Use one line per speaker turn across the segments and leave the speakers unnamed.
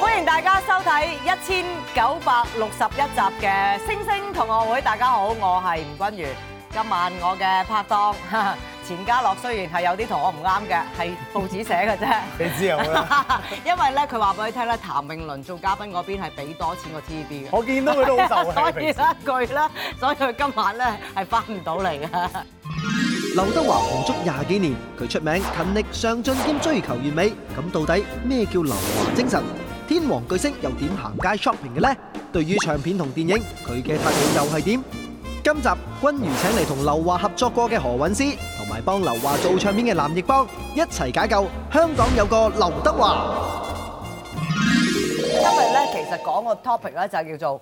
歡迎大家收睇一千九百六十一集嘅《星星同學會》，大家好，我係吳君如。今晚我嘅拍檔 錢嘉樂雖然係有啲同我唔啱嘅，係報紙寫嘅啫。
你知啊又好啦，
因為咧，佢話俾你聽咧，譚詠麟做嘉賓嗰邊係俾多錢過 TVB 嘅。
我見到佢都好受
所
氣。
以
平
咧
時
佢咧，所以佢今晚咧係翻唔到嚟嘅。
劉德華紅足廿幾年，佢出名勤力上進兼追求完美。咁到底咩叫劉華精神？天王巨星又點行街 shopping 嘅呢？對於唱片同電影，佢嘅發現又係點？今集君如請嚟同劉華合作過嘅何韻詩，同埋幫劉華做唱片嘅藍奕邦一齊解救香港有個劉德華。
今日咧，其實講個 topic 咧就叫做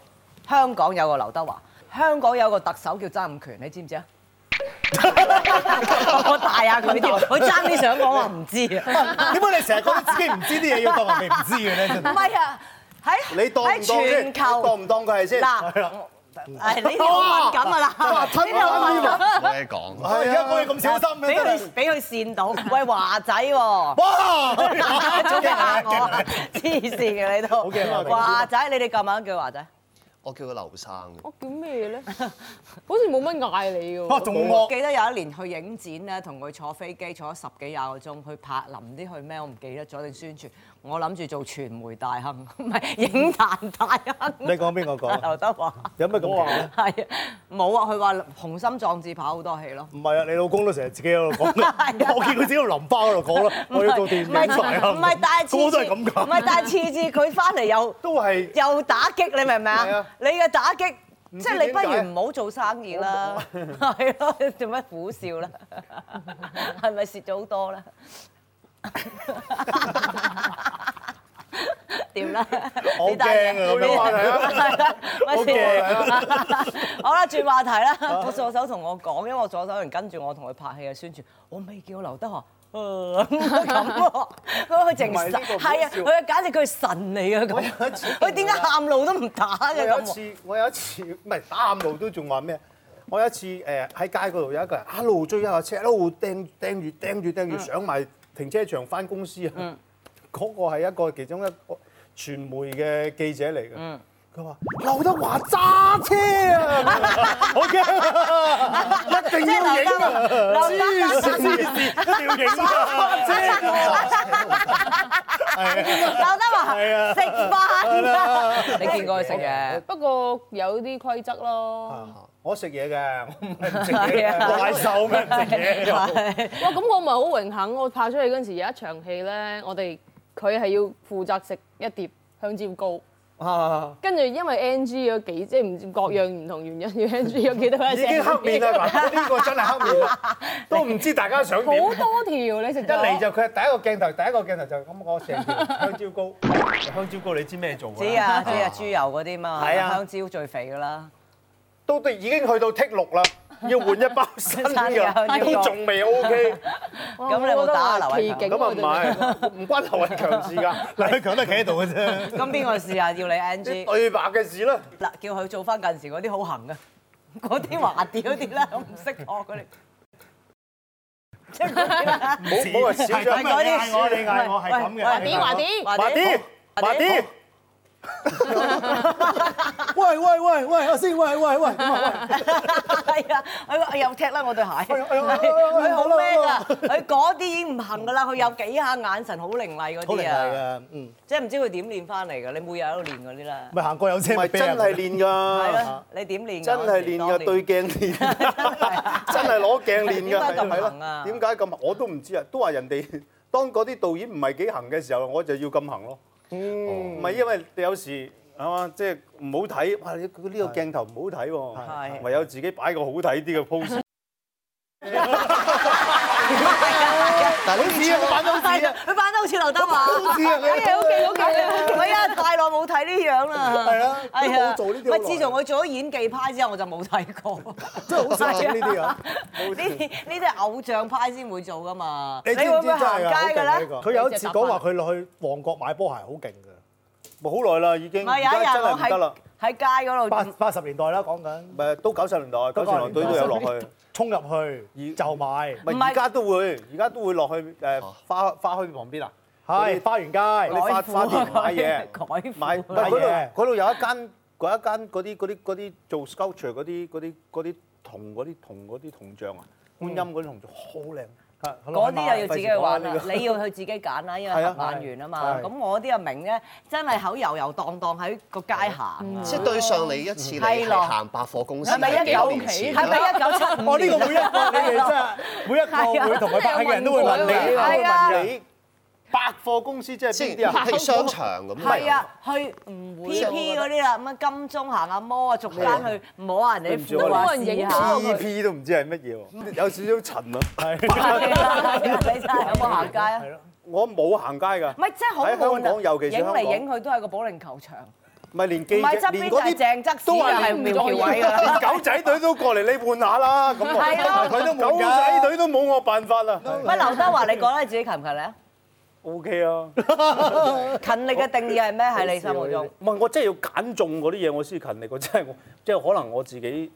香港有個劉德華，香港有個特首叫曾蔭權，你知唔知啊？ 我大下佢添， 佢爭啲想講話唔知啊！
點解你成日覺得自己唔知啲嘢，要當人哋唔知嘅咧？真
唔
係
係啊，喺
你當唔
喺
當先？
全
你
球
當唔 當佢係先？
嗱
係啦，
係呢啲好敏感啊啦，
哇
呢
吞
啲好敏感，
冇嘢講，
係啊而家講嘢咁小心嘅
俾
真
佢
係。
俾佢跣到，喂華仔 喎！
哇！
做咩 嚇我啊？黐線嘅你都，
驚啊
華仔，你哋咁晚叫華仔？
我叫佢劉生嘅，
我叫咩咧？好似冇乜嗌你嘅
哇！
喎。
仲
我啊
惡。
記得有一年去影展咧，同佢坐飛機坐咗十幾廿個鐘，去柏林啲去咩我唔記得咗定宣傳。我諗住做傳媒大亨，唔 係影壇大亨。
你講邊個講？啊
劉德華
有咩咁勁咧？
係啊冇啊！佢話雄心壯志拍好多戲咯。
唔係啊！你老公都成日自己喺度 講
係啊，
我見佢自己喺度淋巴喺度講啦，我要做電
唔
影
係
台啊！
唔係，但係次次
個個都係咁
唔係，
講，
但係次次佢翻嚟又
都係
又打擊，你明唔明
係
啊
啊？
你嘅打擊，即
知
係你
點
不
解
如唔好做生意啦， 係咯，你做乜苦笑咧？ 係咪蝕咗好多咧？ 點啦？
好
呢單嘢
驚啊咁樣話題啊
係啦咪
好驚啊
好啦，轉話題啦。我助手同我講，因為我助手人跟住我同佢拍戲嘅宣傳，我未叫劉德華。呃咁喎， 佢佢
唔
淨神
係呢個唔好
係啊，
笑
佢簡直佢係神嚟啊
我有一次
咁。佢點解喊路都唔打
我
嘅
有
咁？
一次，我有一次唔係打喊路都仲話咩？我有一次誒喺、街嗰度有一個人一路追一架車，一路掟掟住掟住掟住上埋停車場翻公司啊！嗰、個係一個其中一個傳媒嘅記者嚟嘅。佢話：劉德華揸車 啊！好驚啊！一定要影啊！
劉德華
黐線，一定要影啊！揸
劉德華
係啊
食飯啊！你見過佢食嘢？
不過有啲規則咯。
我食嘢嘅，我唔係唔啊食嘢嘅，怪獸咩唔食嘢？
哇！咁我咪好榮幸，我拍出去嗰陣時有一場戲咧，我哋佢係要負責食一碟香蕉糕。
啊！
跟住因為 NG 咗幾，即係唔知各樣唔同 原因要 NG 咗幾多
已
一
經黑面 啦，嗱呢個真係黑面啦，都唔知大家想
好
點。
多條你食
一嚟
咗。
就佢第一個鏡頭，第一個鏡頭就咁，我成條香蕉糕，香蕉糕你知咩做㗎啦？
知啊知啊，豬油嗰啲嘛，
係啊
香蕉最肥噶啦。
都都已經去到剔六啦，要換一包新嘅，都仲未 OK，
咁你有冇打啊劉偉強
奇景
咁啊
喎
唔係，唔關劉偉強事㗎，劉偉強都企喺度嘅啫，
咁邊個試下要你 NG？
對白嘅事啦。
嗱，叫佢做翻近時嗰啲好行嘅， 嗰啲華啲嗰啲咧，我唔識學佢哋。即係嗰啲啦
冇冇話少咗咩？你嗌我，你嗌我係咁嘅。
喂喂
華啲華啲
華啲，華啲，喂喂喂喂，阿先喂喂喂，咁啊
係啊，佢話又踢啦我對鞋，
哎呀哎呀
係佢好叻㗎，佢嗰啲已經唔行㗎啦，佢有幾下眼神好凌厲嗰
喂好
啲
靈
啊，
係嘅，嗯，
即係唔知佢點練翻嚟㗎，你每日喺度練嗰啲啦，
咪行過有車
唔係
俾人
真係練
係
㗎，
咯，你點練㗎？
真係練
當年
㗎，對鏡練，
真
真係攞鏡
點
練㗎，
解咁
係
行啊
啦。
點解咁行？我都唔知啊，都話人哋 當嗰啲導演唔係幾行嘅時候，我就要咁行咯。唔係因為你有時係嘛，即係唔好睇，哇！你佢呢個鏡頭唔好睇
係
喎，唯有自己擺個好睇啲嘅 pose。
但係你知啊，
扮到係啊，佢扮得好似劉德華， 好似啊，
哎呀好勁好勁啊！
唔係啊，太耐冇睇呢樣啦，
係啊
係
都冇做呢啲好
喂
耐
自從佢做咗演技派之後，我就冇睇過。
真係好少諗呢啲啊！
呢啲呢啲係偶像派先會做噶嘛？
你知
會
唔
唔
知
會
真
行
係㗎？
街
好勁啊
㗎
呢
咧
個？
佢有次講話
佢落去旺角買波鞋好勁㗎，冇好耐啦已經
唔係有一日我
唔得啦
喺。喺街嗰
八
度，
八十年代啦，講緊
咪都九十年代，九十年代都有落去，
衝入去
而
就買，
唔
咪
係
而家都會，而家都會落去誒花花墟旁邊啊，
係花
嗰
園街
啲花花店買嘢，
改 褲
買唔
買
係嗰
嘢
度嗰度有一間嗰一間嗰啲嗰啲嗰啲做 sculpture 嗰啲嗰啲嗰啲銅嗰啲銅嗰啲銅像啊，觀音嗰啲銅像好靚，
啊
嗰啲又要自己去玩啦
費事講啦呢，個
你要去自己揀啦，因為
係
合
啊
眼緣啊嘛。
係
咁我啲啊明啫，真係口遊遊蕩蕩喺個街行啊。
即係對上你一次你係行百貨公司，
係咪一
係
九
幾年前
係咪
啦
一九七五？
哦我呢個每一個你哋真係每一個會同佢拍嘅人都會問你
啊係啊
㗎，
問你百貨公司即係
即
邊
係
啲啊？
譬如商場咁樣
係啊，去 PP 嗰啲啦，咁啊金鐘行下摩啊，逐間去摸下人哋啲褲啊，
都冇人影
試
到
下。
P.P. 都唔知係乜嘢喎，有少少塵啊！
係啊你真係有冇行街啊？
係咯，
我冇行街㗎，
唔係真係好
喺香
悶
港，尤
啊！
其是
影
香
嚟
港
影去都係個保齡球場，
唔係連
唔
記者
係側邊
連
就
嗰
係
啲
鄭則仕又係苗僑偉㗎啦。
狗仔隊都過嚟，你換下啦。咁我
係啊
佢都冇狗仔隊都冇我辦法啦。
喂，劉德華，你覺得你自己勤唔勤 力啊？
O K 啊，
勤力嘅定義係咩？喺你心目中？
唔係我真係要揀中嗰啲嘢，我先勤力。我 真係我即係可能我自己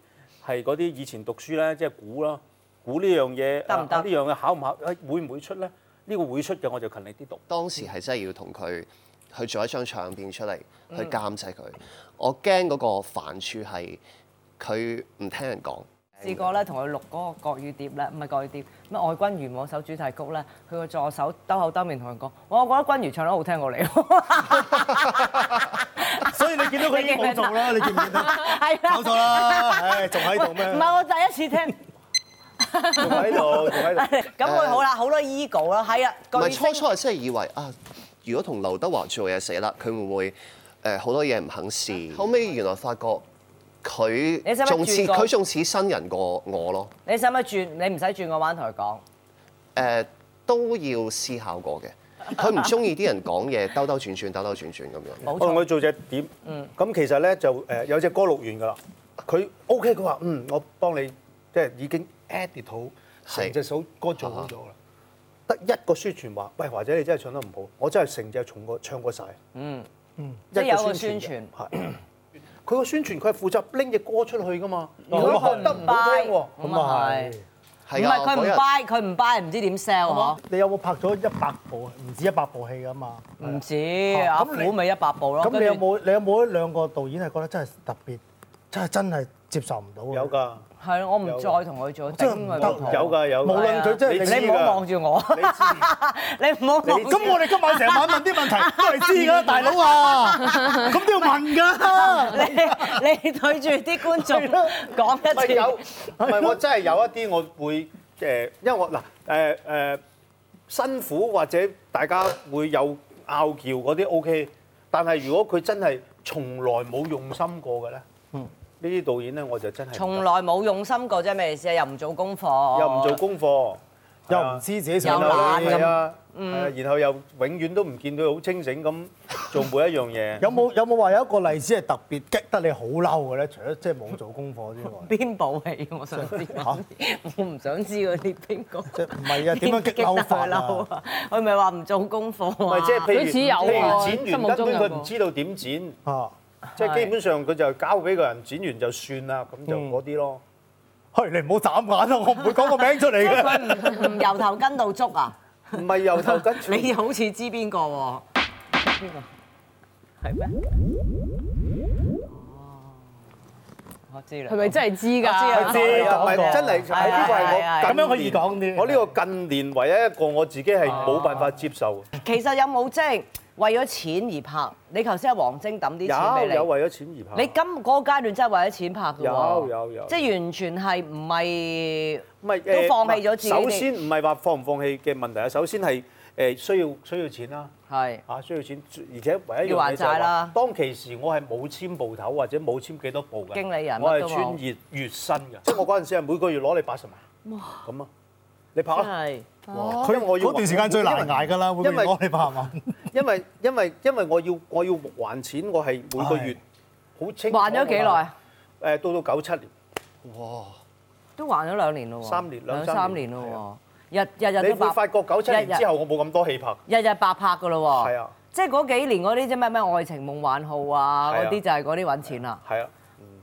係嗰啲以前讀書咧，即係估啦，估呢樣嘢
得唔得
啊呢樣嘢考唔考？誒會唔會出咧？呢個會出嘅我就勤力啲讀。
當時係真係要同佢去做一張唱片出嚟，去監製佢。我驚嗰個煩處係佢唔聽人講。
試過咧，同佢錄嗰個國語碟咧，唔係國語碟，咩《愛君如夢》首主題曲咧，佢個助手兜口兜面同佢講：我覺得君如唱得好聽過 你。啊
所以你見到佢已經冇做啦，你見唔見到？
係啦
走咗啦，唉，仲喺度咩？
唔係我第一次聽，
仲喺度，仲喺度。
咁佢好啦，好多 ego 啦，係啊，
唔
巨
係
星
初初係真係以為啊，如果同劉德華做嘢死啦，佢會唔會誒好、多嘢唔肯試？後尾原來發覺
你使唔使
佢仲似
轉過
佢仲似新人過我咯。
你使唔使轉？你唔使轉個彎同佢講，
誒、呃都要思考 過嘅。佢唔中意啲人講嘢兜兜轉轉、兜兜轉轉咁樣。
冇
我同
錯。
佢做隻碟，咁其實咧就誒有隻歌錄完㗎啦。佢 O K，佢話嗯，我幫你即係已經 edit 好
係
成隻首歌做好咗啦。得一個宣傳話，喂，華姐你真係唱得唔好，我真係成隻重過唱過晒。嗯
即
嗯，
係
一
有個宣
宣傳嘅。係佢個宣傳，佢係負責拎隻歌出去㗎嘛。如
如
啊
果
果佢
覺得
唔
唔好聽喎
buy，，咁啊係，唔
係啊，
係佢唔
嗰日
buy，佢唔 buy 唔知點 sell 啊嗬？
你有冇拍咗一百部唔止一百部戲㗎嘛？
唔止
啊
阿
咁你
虎咪一百步咯。
咁你
跟
有
住
冇你有冇一兩個導演係覺得真係特別，真係真係接受唔到嘅
有㗎，
係咯？我唔
有
再同佢做，
真係
頂
唔
佢
得
個肚
有㗎，有㗎。
無論佢真係
你知
你唔好望住我，
你 知
你唔好望住
咁我哋今晚成晚問啲問題都係知㗎啦，大佬啊，咁都要問㗎。
你你對住啲觀眾講
唔係 有，
一次，
唔係我真係有一啲我會誒，因為我嗱誒誒辛苦或者大家會有拗撬嗰啲 OK，但係如果佢真係從來冇用心過嘅咧，呢啲導演咧我就真係
從來冇用心過，即係咩意思啊？又唔做功課，
又唔做功課，
又唔知自己
又
想
然後
懶咁
係啊，係啊然後又永遠都唔見到佢好清醒咁做每一樣 嘢。
有冇有冇話有一個例子係特別激得你好嬲嘅咧？除咗即係冇做功課之外，
邊部戲？我想知，我唔想知嗰啲邊個。
即係唔係 啊？點樣激嬲法啊？
啊？佢咪話唔做功課
唔
啊？
係即係譬
類
如
似有喎
譬如
心
剪
目
完
中
根
有
本
個
佢唔知道點剪。
啊，
即係基本上佢就交俾個人剪完就算啦，咁就
嗯
嗰啲咯。
嘿，你唔好眨眼啦，我唔會講個名出嚟 嘅。
佢唔唔由頭跟到足啊！
唔係由頭跟 住，
你好似知邊個喎？邊個？係咩？我知啦。
係咪真係知㗎？
我知啊
知同埋
係啊
真係係呢個
係
係
啊係啊
我
咁樣可
近
以
年
講啲
我呢個近年唯一一個我自己係
啊
冇辦法接受。
其實有冇即係為咗錢而拍？你頭先係王晶抌啲錢俾
有
你。
有為咗錢而拍。
你今嗰個階段真係為咗錢拍嘅喎，
有有有
即係完全係唔係
唔係
都
誒
放棄咗自己
首先唔係話放唔放棄嘅問題啊，首先係誒需要需要錢啦。
係
啊，需要錢，而且唯一一
要
樣
還
嘢就係
債啦
話，當其時我係冇簽部頭或者冇簽幾多部嘅，
經理人
我
乜都
係
冇
穿越月薪嘅，即係我嗰陣時係每個月攞你八十萬，咁啊，你拍
真
啦，
係
佢我要
嗰段時間最難捱㗎啦，會唔
因為
會攞你百萬？
因為因為因為我要我要還錢，我係每個月好清楚
還咗幾耐啊？
我係？誒，到到九七年，
都還咗兩年咯喎，
三年兩
兩
三
三
年
年咯喎，日日
你
日
會
都
發
白，
覺九七
一日
年之後我冇咁多戲拍，
日日白拍嘅咯喎，
係啊，
即係嗰幾年嗰啲啫咩咩愛情夢幻號啊，
係啊
嗰啲就係嗰啲揾錢啦，
係啊，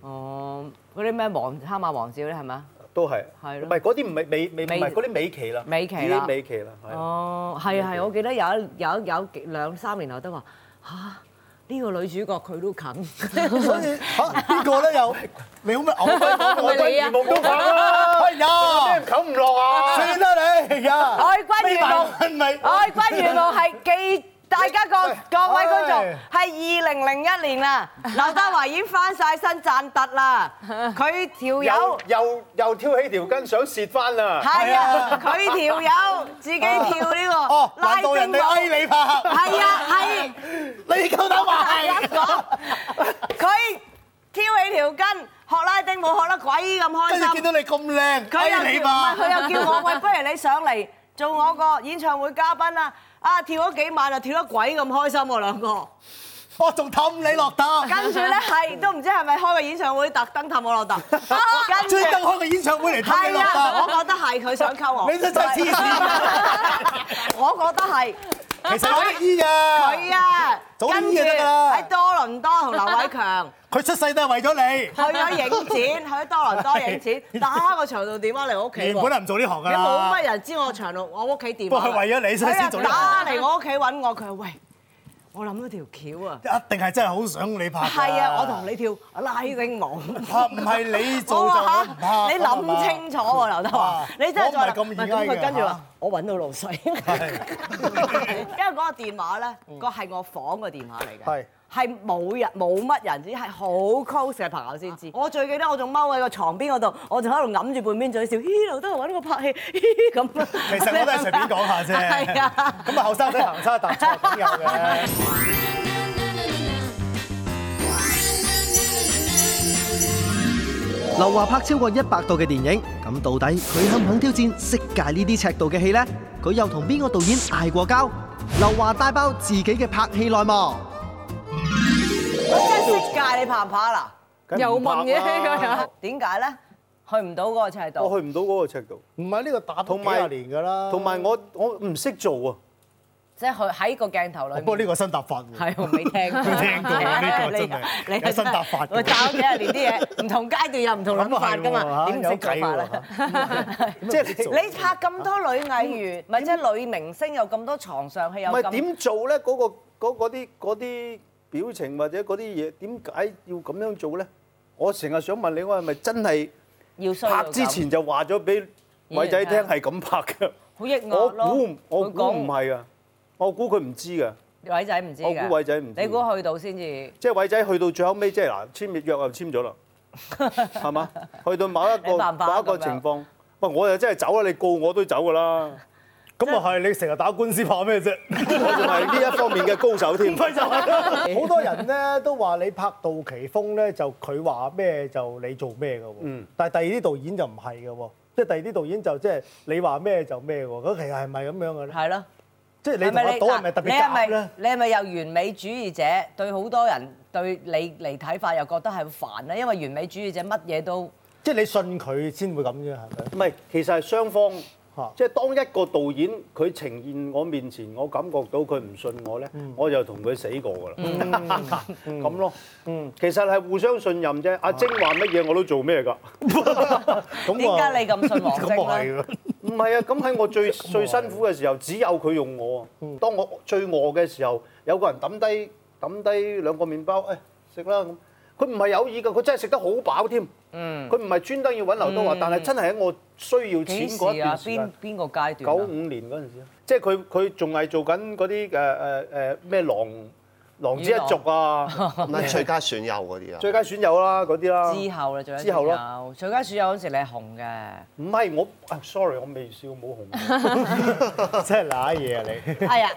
哦，嗰啲咩黃黑馬王子嗰啲係咪啊？
都係，
係咯
唔係嗰啲唔係美美唔
美
係嗰啲美期啦，
美期啦
已經美期啦，係啊。
哦，係啊係啊，我記得有一有一有幾兩三年後都話吓呢個女主角佢都 啃，
所以嚇邊個咧又你好咩嘔鬼講 我
係咪
真
你啊
夢都拍啦，
哎呀
咩，冚唔落啊！
算啦你哎呀，
愛君如夢。
係咪？
愛君如夢係記大家各
喂
各位觀眾
喂
係二零零一年啦，劉德華已經翻晒身賺突啦，佢條友
又又又挑起條筋想蝕翻啦！
係
係
啊
啊，
佢條友自己跳呢
哦，
個拉丁
難道人哋
舞，
威你拍？
係啊係，
你夠膽
大家
話係？
講佢挑起條筋學拉丁舞學得鬼咁
跟住
開
見
心，
到你咁靚，
佢
威
又
你
叫唔係
拍。
佢又叫我喂，不如你上嚟做我個演唱會嘉賓啊！啊，跳咗幾晚啊，跳得鬼咁開心喎兩個。
我仲氹你落搭，
跟住咧係都唔知係咪開個演唱會特登氹我 落特，跟住
專登開個演唱會嚟氹你
係
落
啊，
搭。
我覺得係佢想溝我，
你真真係黐線，
我覺得係
其實有得醫㗎。
佢啊，
早啲
跟住
就得㗎啦
喺多倫多同劉偉強
佢出世都係為咗
去咗影展，去咗多倫多影 展，打個長度電話嚟我屋企喎
你，原本係唔做呢
à.
行㗎
你冇乜
啦。
人知我長 路，我屋企啊電
不
話
過
啦。
係為咗你所以先做呢
佢啊
行
打嚟我屋企揾我，佢話喂，我諗到條橋啊，
一定係真係好想你拍㗎。
係啊，我同你跳拉丁舞。
拍唔係 你做就我唔
嚇
拍。
你諗清楚喎，劉德華
啊，
你真係再諗
我唔
唔
係咁易
係咁
拉嘅
佢跟住
嚇
話：我揾到老細， 因為嗰個電話咧，個係我房個電話嚟嘅
嗯係。
係冇人冇乜人知，係好 close 嘅朋友先
啊
知。我最記得我仲踎喺個床邊嗰度，我仲喺度揞住半邊嘴笑，咦劉德華揾我拍戲，咦咁。
其實我都係隨便講下 啫。
係啊，
咁啊，後生仔行山搭錯梗有嘅。
劉華拍超過一百套嘅電影，咁到底佢肯唔肯挑戰色戒呢啲尺度嘅戲呢？佢又同邊個導演嗌過交？劉華帶爆自己嘅拍戲內幕。
真係色戒你怕唔怕啦？
梗係
又
唔拍
問嘅
啦
佢啊
點解咧？去唔到嗰個尺度。
我去唔到嗰個尺度，
唔係呢個打
同埋
年㗎啦
同埋我我唔識做啊！
即係佢喺個鏡頭裏面。
不過呢個新答法 喎。
係我未聽過，
未 聽過啊呢
你
個真係
你
有新答法㗎
我搞幾廿年啲嘢，唔同階段又唔同諗法㗎
咁啊
嘛，
係喎
點識做法咧
有計？
即係
你拍咁多女藝員，咪即係女明星有咁多床上戲，有
唔係
咁
點做咧？嗰個嗰嗰啲嗰啲表情或者嗰啲嘢，點解要咁樣做咧？我成日想問你，我係咪真係
要需要
拍
咁
之前就話咗俾偉仔聽係咁 拍嘅？
好抑
我
壓咯。
估唔我
佢
估唔係啊！我估佢唔知㗎。
偉仔唔知
我
㗎，
估偉仔唔知
你估去到先至
即係偉仔去到最後尾，即係嗱簽約又簽 咗啦，係嘛？去到某一個
你辦法啊
某一個
咁樣
情況，喂，我就真係走啦！你告我都走㗎啦，
咁啊係，你成日打官司怕咩啫？
我仲係呢一方面嘅高手添。
好多人咧都話你拍杜琪峰咧，就佢話咩就你做咩嘅喎。
嗯
但係第二啲導演就唔係嘅喎，即係第二啲導演就即係你話咩就咩喎。咁其實係咪咁樣嘅咧？
係咯。
即係你
係咪
同阿賭
你
係咪特別
你係咪
夾咧？
你係咪又完美主義者？對好多人對你嚟睇法又覺得係煩咧，因為完美主義者乜嘢都
即係你信佢先會咁啫，係咪？
唔係，其實係雙方
嚇，
即係當一個導演佢呈現我面前，我感覺到佢唔信我咧，我就同佢死過㗎啦，
嗯
咁咯。其實係互相信任啫。阿晶話乜嘢我都 做咩㗎，
點解你咁 信 王晶咧？
唔係啊！咁喺我最最辛苦嘅時候，只有佢用我啊。當我最餓嘅時候，有個人抌低抌低兩個麵包，誒食啦咁。佢唔係有意㗎，佢真係食得好飽添。佢唔係專登要揾劉德華，但係真係喺我需要錢
幾
嗰
時
一
啊
段？時
邊
間。
邊個階
九
段啊
五？年嗰陣時，即係佢佢仲係做緊嗰啲誒誒誒咩狼狼之一族啊，
唔係最佳選友嗰啲啊。
最佳選友啦嗰啲啦。
之後啦，最佳
之後咯
選友最佳選友嗰陣時你係紅嘅。
唔係我啊，sorry，我未笑 冇紅。
真係揦嘢啊你！
係啊，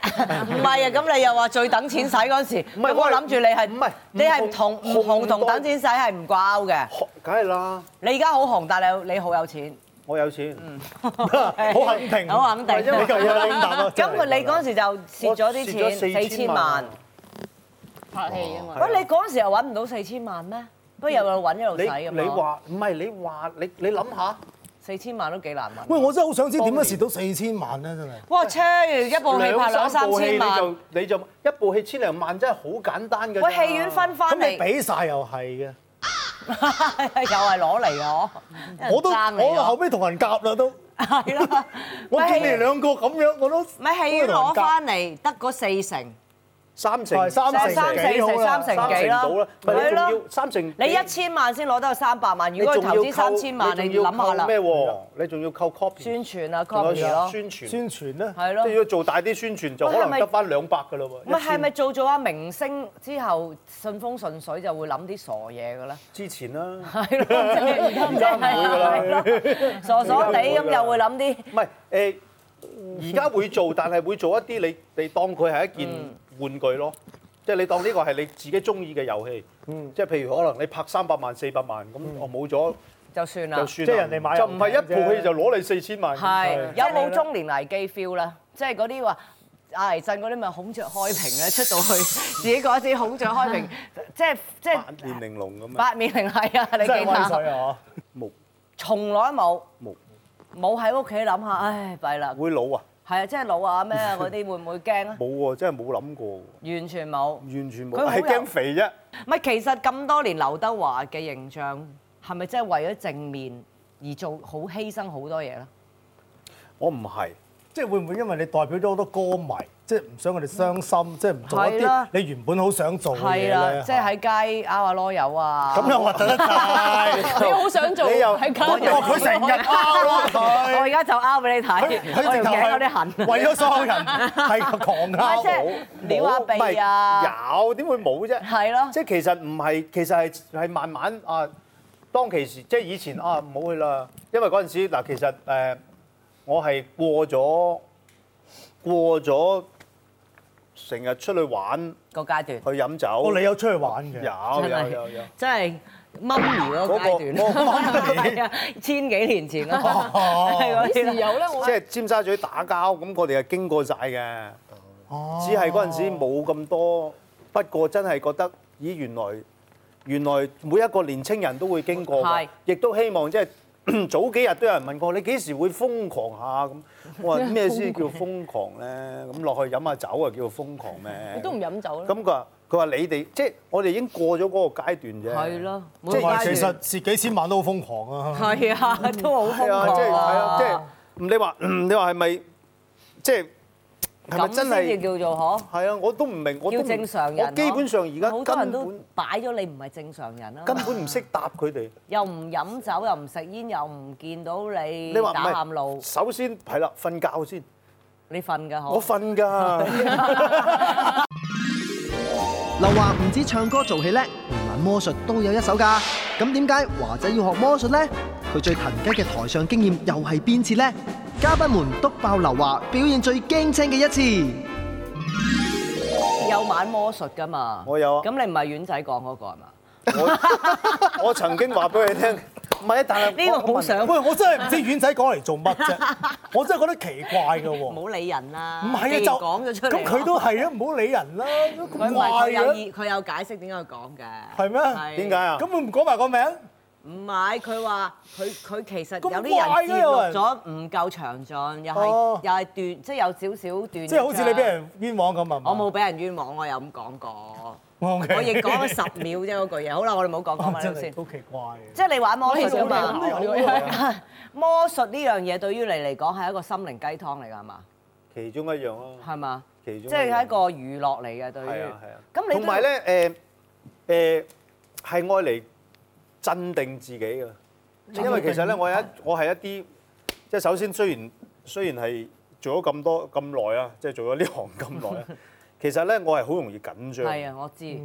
唔係啊，咁你又話最等錢使嗰陣時，
唔係
咁我諗住你係
唔係
你係
唔
同
紅
唔紅
紅
同
到
等錢使係唔掛鈎嘅。
學梗係啦，
你而家好紅，但係你你好有 錢，
我有錢。
好肯定，
好肯定。
因為
你夠有領答啊！
咁佢你嗰陣時就蝕咗
我蝕
啲錢，四千萬。
拍戲啊嘛。
喂，你嗰陣時又揾唔到四千萬咩？不過又有揾一路使
你
咁
你話唔係你話你你諗下，
四千萬都幾難揾。
喂，我真係好想知點樣蝕到四千萬咧，真係。
哇！車一部戲拍兩三
部戲
千
你
萬，
就你就一部戲千零萬真係好簡單嘅咋。
喂，戲院分翻
咁你
嚟，
俾晒又係
又係攞嚟我，
嘅，我都
有人爭你
我
啊
後尾同人夾啦都，
係 啦，
我
喂
見
戲
你哋兩個咁樣我都
唔係戲院攞翻嚟得嗰四成，
三成
係三成
三
幾
成
好啦
三成
三
幾
成
啦
到啦，，唔係
係
你仲
咯
要。三成幾。
你一千萬先攞得三百萬，如果佢投資三千萬，你
仲要
諗下
扣
啦
咩，喎？你仲要扣 copy，
宣傳啊
仲有
，copy 咯，
宣傳，
宣傳咧。
係咯。
即係要做大啲宣傳，就
喂
可
係
能
咪
得翻兩百㗎嘞喎。
唔係係咪
一千
做做下明星之後順風順水就會諗啲傻嘢 嘅咧？
之前啦？
係咯，即係
而
係傻傻地咁又會諗啲
唔係誒，而家會做，但係會做一啲你你當佢係一件玩具咯。即係你當呢個係你自己中意嘅遊戲，即係譬如可能你拍三百萬、四百萬咁，我冇咗
就算啦
就。算啦。
即係人哋買
就唔係一
遊
部
艇啫
戲就攞你四千萬。
係有冇
係
中年危機 feel 咧？即係嗰啲話。癌症嗰啲咪孔雀開屏咧，出 到去自己嗰啲孔雀開屏，即係即係
八面玲瓏咁樣，
八面玲係啊！你
真係
記
威
下。
水啊！
冇
從來冇
冇
冇喺屋企諗下，唉弊啦，
會老啊？
係啊，即係老啊咩啊嗰啲會唔會驚啊？
冇喎，真係冇諗過喎。
完全冇。唔
完全冇
佢，好
係
有
驚肥啫。
係，其實咁多年劉德華嘅形象係咪真係為咗正面而做好犧牲好多嘢咧？
我唔係，
即係會唔會因為你代表咗好多歌迷，即係唔想佢哋傷心，即係唔做一
係啦
啲你原本好想做嘅嘢
係啦
咧，？
即係喺街拗下囉柚啊，
咁又核突得滯。
你好想做
你又
喺家 人
哇佢成日拗啦
我
佢
而，家就拗俾你
佢
睇，我
佢
條
直頭
頸有啲
係
痕。
為咗所有人係狂
係
拗
即係
我。
撩下鼻啊，
冇有點會冇啫？
係咯
即係其實唔係，其實係係慢慢啊。當其時，即係以前啊，唔好去啦。因為嗰陣時嗱，其實誒、我係過咗過咗成日出去玩
個階段
去飲酒，
哦，你有出去玩嘅？
有
真係
有有有。
真係媽咪嗰個階
嗰個
段， 係啊，千幾年前嗰個係嗰
幾
啲
時
啦
有咧？我
即係尖沙咀打交，咁我哋係經過晒嘅。
哦
只係嗰陣時冇咁多，不過真係覺得，咦原來原來每一個年青人都會經過
係
㗎，亦都希望即係 早幾日都有人問過你幾時會瘋狂下咁，我話咩先叫瘋狂咧？咁落去飲下酒啊叫瘋狂咩？
你都唔飲酒啦。
咁佢話佢話你哋即係我哋已經過咗嗰個階段啫。
係咯，每
即
個
係
階段
其實蝕幾千萬都好瘋狂啊！
係啊，都好
係
瘋
啊，即
狂
係係
啊，
啊，即係嗯你話嗯你話係咪即係係咪
咁
真
先
係？
至叫做可
係啊，我都唔明，我都
叫
唔
正常人。
我基本上而家
好多人
根
都啊
本。
擺咗你唔係正常人啦，
根本唔識答佢 哋。
又唔飲酒，又唔食煙，又唔見到你
你話唔
打喊路哦
係？，首先係啦，瞓覺先，
你瞓㗎
我
嗬？
瞓㗎。
劉華唔止唱歌做戲叻，連玩魔術都有一手㗎。咁點解華仔要學魔術呢？佢最騰雞嘅台上經驗又係邊次呢？嘉賓們篤爆劉華表現最驚青嘅一次。
有玩魔術㗎嘛？
我有啊
咁你唔係丸仔講嗰個係嘛？
我我曾經話俾佢聽，唔係啊，但係
呢個
我
好
我問
想
喂，我真係唔知丸仔講嚟做乜 啫，我真係覺得奇怪嘅
唔
喎。
好理人啦，
唔
既
係啊，
然
就
講咗出嚟，
咁佢都係啊，唔好理人啦，咁
佢唔係佢
怪
有
嘅，
意，佢有解釋點解佢講嘅。
係咩？
係
點解？啊？
咁佢唔講埋個名？
唔係，佢話佢佢其實有
咁
啲
怪
人
嘅
節錄咗唔夠詳盡，又係、
哦
又係斷，即係有少少斷。
即係好似你俾。人冤枉咁啊！
我冇俾人冤枉，我有咁講過。
我
我亦 講咗十秒啫嗰句嘢。好啦，我哋唔好講講埋呢
真
度
係
先。
好奇怪啊嘅。
即係你玩魔術啫
我
嘛。
哋都有
魔術呢樣嘢對於你嚟講係一個心靈雞湯嚟㗎係嘛？
其中一樣咯，
係嘛？
其中
即係
樣啊
係一個娛樂嚟嘅對於。
係啊係啊。
咁你都
同埋咧誒誒，係愛嚟鎮定自己嘅。因為其實咧，我有一我係一啲即係首先雖然雖然係做咗咁多咁耐啊，即係做咗呢行咁耐 啊，其實咧我係好容易緊張，
係啊，我知。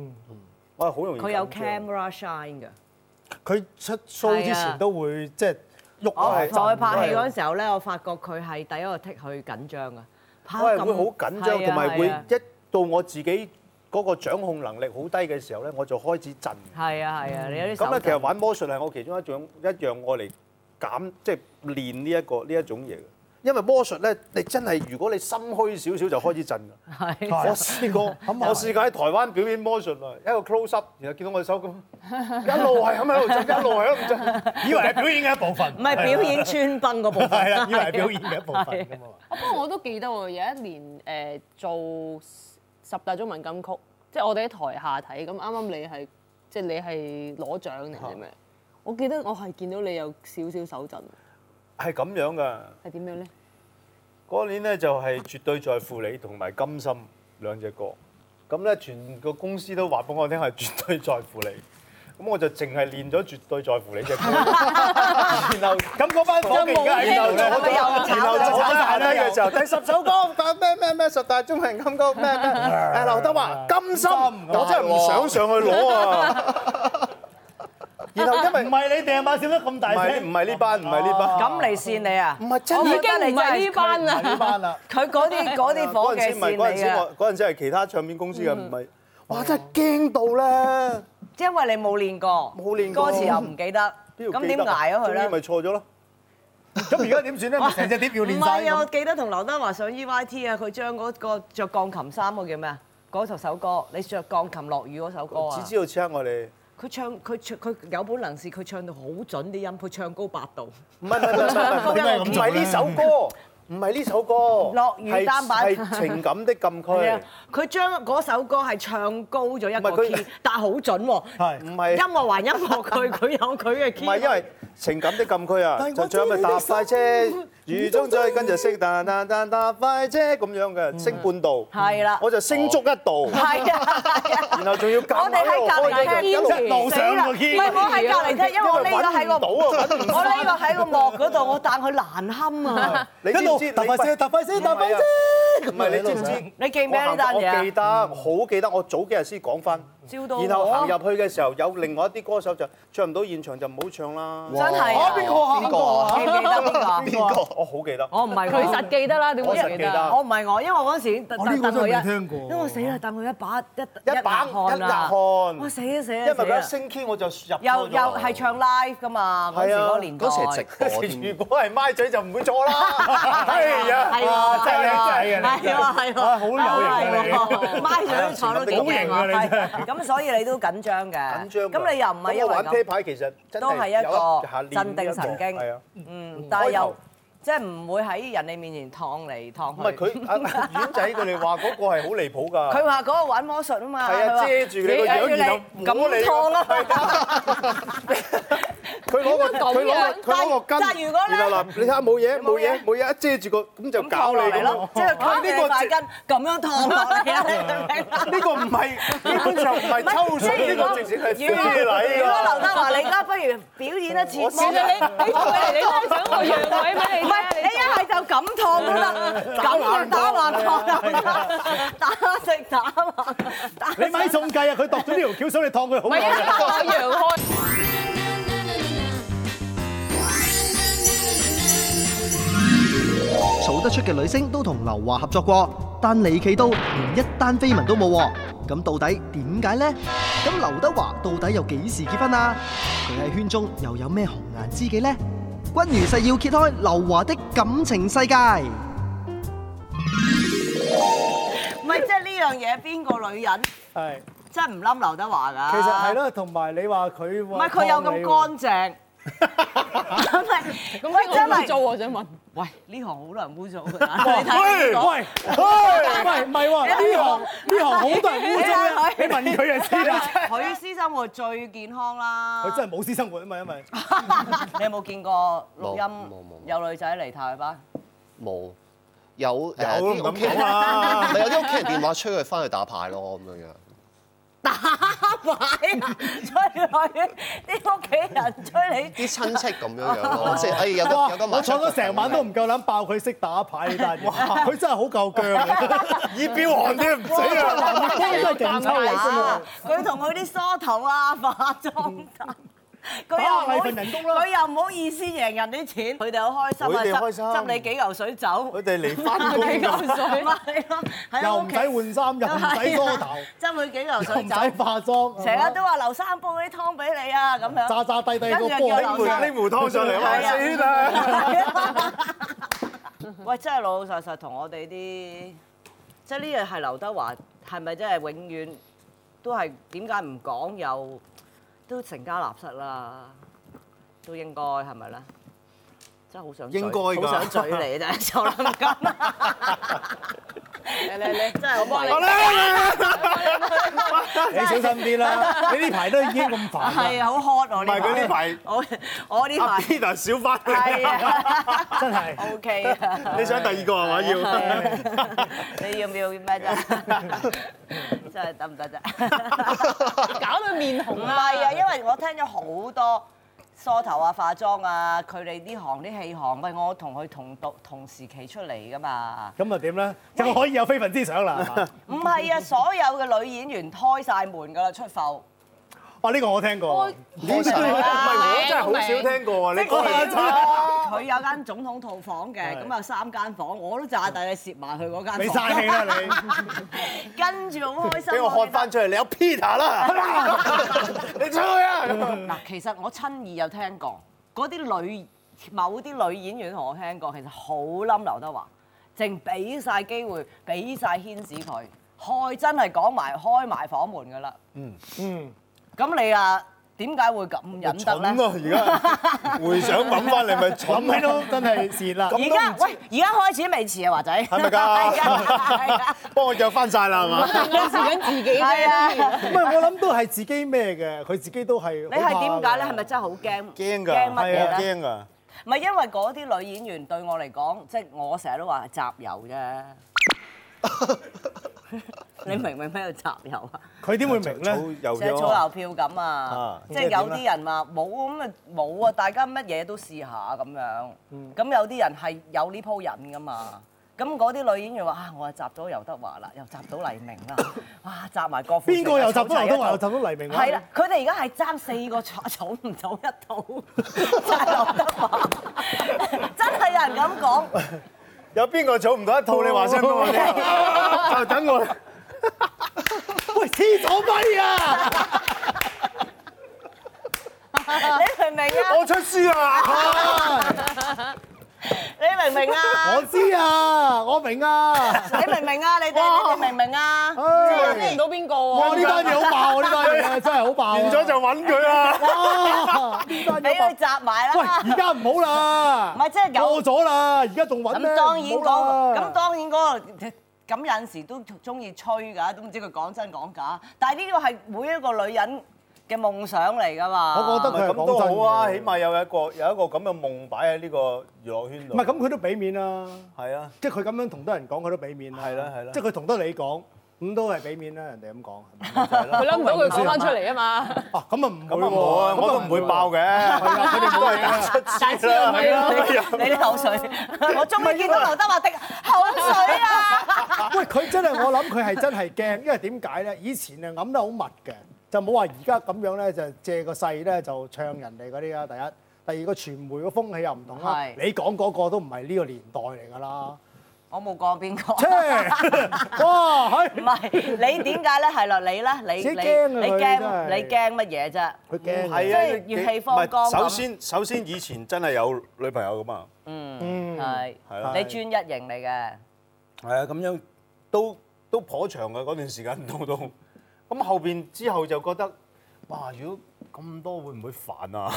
我係好容易
佢有
緊張
camera shine 㗎。
佢出 show 之前都會即係喐
哦
我
下
哦再拍戲
陣
嗰陣時候咧，我發覺佢係第一個剔佢緊張㗎。拍
我係
咁
會好緊
係
張，
啊
同埋會
係啊
一到我自己嗰個掌控能力好低嘅時候咧，我就開始震。
係啊係啊，你有啲
嗯咁咧，
手
其實
震
玩魔術係我其中一種一樣我嚟減即係練呢一個呢一種嘢嘅。因為魔術咧，你真係如果你心虛少少就開始震㗎。
係
我試過，我試過喺台灣表演魔術啊，一個 close up，然後見到 我手咁，一路係咁喺度震，一路係咁震。
以為係表演嘅一部分，
唔係
啊
表演穿崩嗰部 分。
係啦，以為係表演嘅一部分
係
咁啊。
啊不過我都記得喎，有一年誒、呃做十大中文金曲，即係我哋喺台下睇，咁啱啱你係即係你係攞獎定係咩？我記得我係見到你有少少手震，
係咁樣㗎。
係點樣咧？
嗰年咧就係絕對在乎你同埋金心兩隻歌，咁咧全個公司都話俾我聽係絕對在乎你， 咁我就淨係練咗絕對在乎你隻 歌，然後
咁嗰班夥計而家喺度
然後
啦
就然後就好簡單嘅時候，第十首歌咩咩咩十大中文金曲咩咩誒劉德華金心，我真係唔想上去攞啊！然後因為
唔係你掟馬笑得咁大
唔係唔
聲，
係呢班唔係呢班，
咁嚟線你啊？
哦唔係真係
我覺得你
唔
真
係呢班啦
係呢班
啊
啦，
佢嗰 啲嗰啲
嗰
伙
陣
計
時唔係
線
嗰陣
你
時
啊，
我嗰陣時係其他唱片公司嘅，唔係。哇！真係驚到咧，
因為你冇練過，
冇練過
歌詞又唔記得，
邊度
咁
記
點
得啊
捱咗佢
終於咪
咧？
錯咗咯。
咁而家 點算咧？咪成隻碟要
唔
練晒
係啊！我
咁。
記得同劉德華上 EYT 啊，佢將嗰個着鋼琴衫嗰個叫咩啊？嗰首首歌，你着鋼琴落雨嗰首歌
只
啊！
知道此刻我哋
佢唱佢唱佢有本能是佢唱到好準啲音，佢唱高八度。
唔係唔係唔係唔係唔係呢首歌，唔 係呢首歌，
落雨單板
係係情感的禁區，
係啊，佢將嗰首歌係唱高咗一
唔係
個
佢
key，但係好準喎。
係
唔
音
係
樂還音樂，佢 佢有佢嘅
唔
key。
係因為情感的禁區啊，就最後咪搭快車，雨中再跟住升，但但但搭快車咁樣嘅，升半度，
係啦
我就升足一度，
係啊，係啊
然後仲要
我
夾
哋喺隔離
硬一路開
聽，
一路上個
唔
key
係我喺隔離聽，因為我匿咗喺個
因為揾唔到啊揾唔
我匿咗喺個幕嗰度，我但佢難堪 啊！
你知
一
唔
路
知
搭快
你
車，搭快車，搭快
à.
車。
唔係你知唔知？
你記唔記得呢單嘢
我記
啊？
得，好記得，我早幾日先講翻。
照到
然後
我
行入去嘅時候，有另外一啲歌手就唱唔到現場就唔好唱啦。
真係啊！邊
邊個啊？
記唔記得邊個啊？
我好記得，
我唔係
佢
我
實記得啦，點
我
會唔
實
記
記
得啊？
得，
我唔係我，因為我嗰時等
呢個
等
真係
佢
未
一，
聽過
因為我死啦，等佢一把一一
一把
汗
一
啦
辣，汗。
我死啦死啦，
因為佢
死
一
啦
升 key 我就入錯咗啊
又又係唱 live 噶嘛，嗰時嗰個年代。
嗰時係直 播
如
添，
果係咪嘴就唔會錯啦。哎呀，
係喎，
真係啊
係
真係
喎
啊
係喎，係喎，
啊好有型啊你
咪咗坐都幾
好型啊你真係
係咁所以你都緊張嘅，
緊張㗎。
咁你又唔係
咁
因
我
為
玩啤
咁，
牌其實真
都係
係
一
有一下
個
練呢
鎮
一個
定神經
係啊，
嗯，但係
開頭
又即係唔會喺人哋面前燙嚟
唔係
燙去。
佢阿 丸仔佢哋話嗰個係好離譜㗎。
佢話嗰個玩魔術啊嘛，
係
佢
啊，
話
遮住你個樣，然後
你
摸你
咁燙 啦。
佢攞個佢攞個佢攞個
但係
巾
如果，咧
然後嗱，你睇下冇嘢冇嘢冇嘢，一遮住個咁就搞你咁咯。
即係佢呢個
呢
塊
個
巾咁樣燙落嚟 啊！你明唔明啊？
呢 個唔係呢個就唔係抽水，呢個直情係非
如
禮
果劉
啊！
德華你而家不如表演一次魔
其實你你做嚟，你都係想我讓位俾你
唔係，
啫。
你一係就咁燙 都得，咁就打橫燙又得，打食打橫， 打
你咪送計啊！佢度咗呢條橋，所以你燙佢好
唔係一
耐。
係我讓開。
數得出嘅女星都同劉華合作過，但離奇到連一單緋聞都冇喎。咁到底點解呢？咁劉德華到底又幾時結婚啊？佢喺圈中又有咩紅顏知己呢？君如誓要揭開劉華的感情世界。
唔係即係呢樣嘢，邊個女人
係，
真係唔冧劉德華㗎？
其實係，咯，同埋你話佢
唔
唔
係佢有咁乾淨。真係，
咁
喂，真
呢個
係
做，我想問。
喂，呢行好多人污糟 㗎，你睇
喂
呢個
喂喂，唔係喎，呢行呢行好多人污糟啊！
你
你問佢就知啦。
佢私生活最健康啦。
佢真係冇私生活啊嘛，因為
你有冇見過錄
冇冇
音
冇
有女仔嚟探佢 班？
冇有誒
有
啲
咁
屋企人，
講啦啊
咪有啲屋企人電話催佢翻去打牌咯咁樣樣。
打牌啊，追女，啲屋企人追你。
啲親戚咁樣樣咯，即係哎有個
哇！
有個
我坐咗成晚都唔夠膽爆佢識打牌呢單嘢，佢真係好夠 姜啊！以表寒添，唔死啦！真係勁抽
係啊！佢同佢啲梳頭啊、化妝啊，佢又
打下
唔
禮
好
份人工啦
佢又唔好意思贏人啲錢，佢哋好開心啊！
佢哋
執
開心
執你幾嚿水走，
佢哋嚟翻工
幾
㗎
嚿水
咪係咯，
又唔使換衫，又唔使梳 頭，
執佢幾嚿
又
水
唔
走，
使化妝，
啊成日都話留三煲啲湯俾你啊咁樣。
渣渣低低個
跟住又
波
流
喺
晒
度。
拎壺湯上嚟，
係
哇
啊
死啦！
喂，真係老老實實同我哋啲，即係呢樣係劉德華係咪真係永遠都係點解唔講又都成家立室啦，都應該係咪咧？真係好想嘴
應該㗎
好想嘴你真係，就諗緊，
嚟嚟
真
嚟，
係好
好
威，
啦
你小心 啲啦！你呢排都已經咁煩
係
啦，
啊，好 hot 我
唔係佢呢
呢排，
排
我我呢
阿
排
Peter 少翻嚟
係
啦，
啊
真係。
，OK 啊，
你想第二個係嘛 要？
係啊你要唔要咩啫？真係得唔得啫？
搞到面紅
唔
啊！
係啊，因為我聽咗好多梳頭啊、化妝啊，佢哋呢行啲戲行，喂，我同佢同讀同時期出嚟噶嘛。
咁啊點咧？就可以有非分之想啦，係嘛？
唔係 啊，所有嘅女演員開晒門噶啦，出埠。
哇！呢個我聽過，
開心
唔係我真係好少聽過啊！ 你講下真
佢有間總統套房嘅，咁有三間房，我都炸大你攝埋去嗰
你
間
嘥
房。
氣啦你！
跟住好開心啊。
俾我喝翻出嚟，你有 Peter 啦，你出去啊！
嗱，其實我親耳有聽過，嗰啲女某啲女演員同我聽過，其實好冧劉德華，淨俾晒機會，俾晒牽使佢，開真係講埋開埋房門噶啦。嗯嗯，咁你啊，點解會咁忍得
蠢
咧？
咯，而家回想諗翻嚟咪蠢
諗起都真係蝕啦。
而家喂，而家開始未遲啊，華仔。
係咪 㗎？幫我約翻晒啦，係嘛？
啊
暗示緊自己
係
啫。
啊，
唔係我諗都係自己咩嘅，佢自己都係。
你係點解咧？係咪真係好驚？
驚
驚
㗎，
乜
係啊，
嘢咧？
驚㗎。
唔係因為嗰啲女演員對我嚟講，即係我成日都話係集郵 啫。你明唔明咩叫集郵啊？
佢點會明咧？
又
即係儲郵票咁啊
啊！
即係有啲人話冇咁啊冇啊，大家乜嘢都試下咁樣。
嗯
咁有啲人係有呢鋪癮噶嘛。咁嗰啲女演員話啊，我又集到劉德華啦，又集到黎明 啦，哇，集埋郭富城啊
邊個又集到
湊齊一
劉德華，
套
又集到黎明啊？
係啦，佢哋而家係爭四個 坐坐唔到一套， 真係劉德華，真係有人咁 講。
有邊個儲唔到一套？你話聲俾我 聽，就等 我。
喂，黐咗咪啊！
你明唔明啊？
我出書啊！
你明唔明啊
我？知啊，我哦 明啊。
你明唔明啊？你哋你哋明唔明啊？
聽唔到邊個
哇！
喎？
呢單嘢好爆啊！呢單 嘢真係好爆啊。
完咗就揾佢啦。
哇！呢單
俾
嘢爆
佢。集埋
喂，
啦。
而家唔好啦，
唔係即係有
過咗啦，而家仲揾咩？
咁當然嗰
唔好
個，
啦
咁當然嗰個。咁有陣時都中意吹㗎，都唔知佢講真講假。但係呢個係每一個女人嘅夢想嚟㗎嘛。
我覺得佢係
咁
講
都
真
好啊，
嘅
起碼有一個有一個咁嘅夢擺喺呢個娛樂圈度。
唔係咁，佢都俾面啦，
係啊，
即係佢咁樣同得人講，佢都俾面啦。
係啦係啦
即係佢同得你講，咁都係俾面啦。人哋咁講， 係咪
佢諗唔到佢講翻出嚟啊嘛！
啊咁啊唔會
咁啊冇啊，
喎，
我都唔會爆嘅。係啊，佢哋都係打 出書
Ờ,
啦，係啦。
你啲口水，我終於見到劉德華滴口水啊！
喂，佢真係我諗佢係真係驚，因為點解咧？以前啊揞得好密嘅，就冇話而家咁樣咧，就借個勢咧就唱人哋嗰啲啦。第一，第二個傳媒個風氣又唔同啦。
係
你講嗰個都唔係呢個年代嚟㗎啦。
我冇講邊個，
切，哇，
唔
係
係你點解咧？係啦，你咧，你
自己
你
驚啊
你
佢真
驚
係
你驚乜嘢啫？
佢驚
係
即
啊，
係
你
熱氣方剛
唔係
咁
首先，首先以前真係有女朋友噶嘛。
嗯，係
係啦
你專一型嚟嘅，
係啊，咁樣都都頗長嘅嗰段時間到到。咁後邊之後就覺得，哇！如果咁多會唔會煩啊？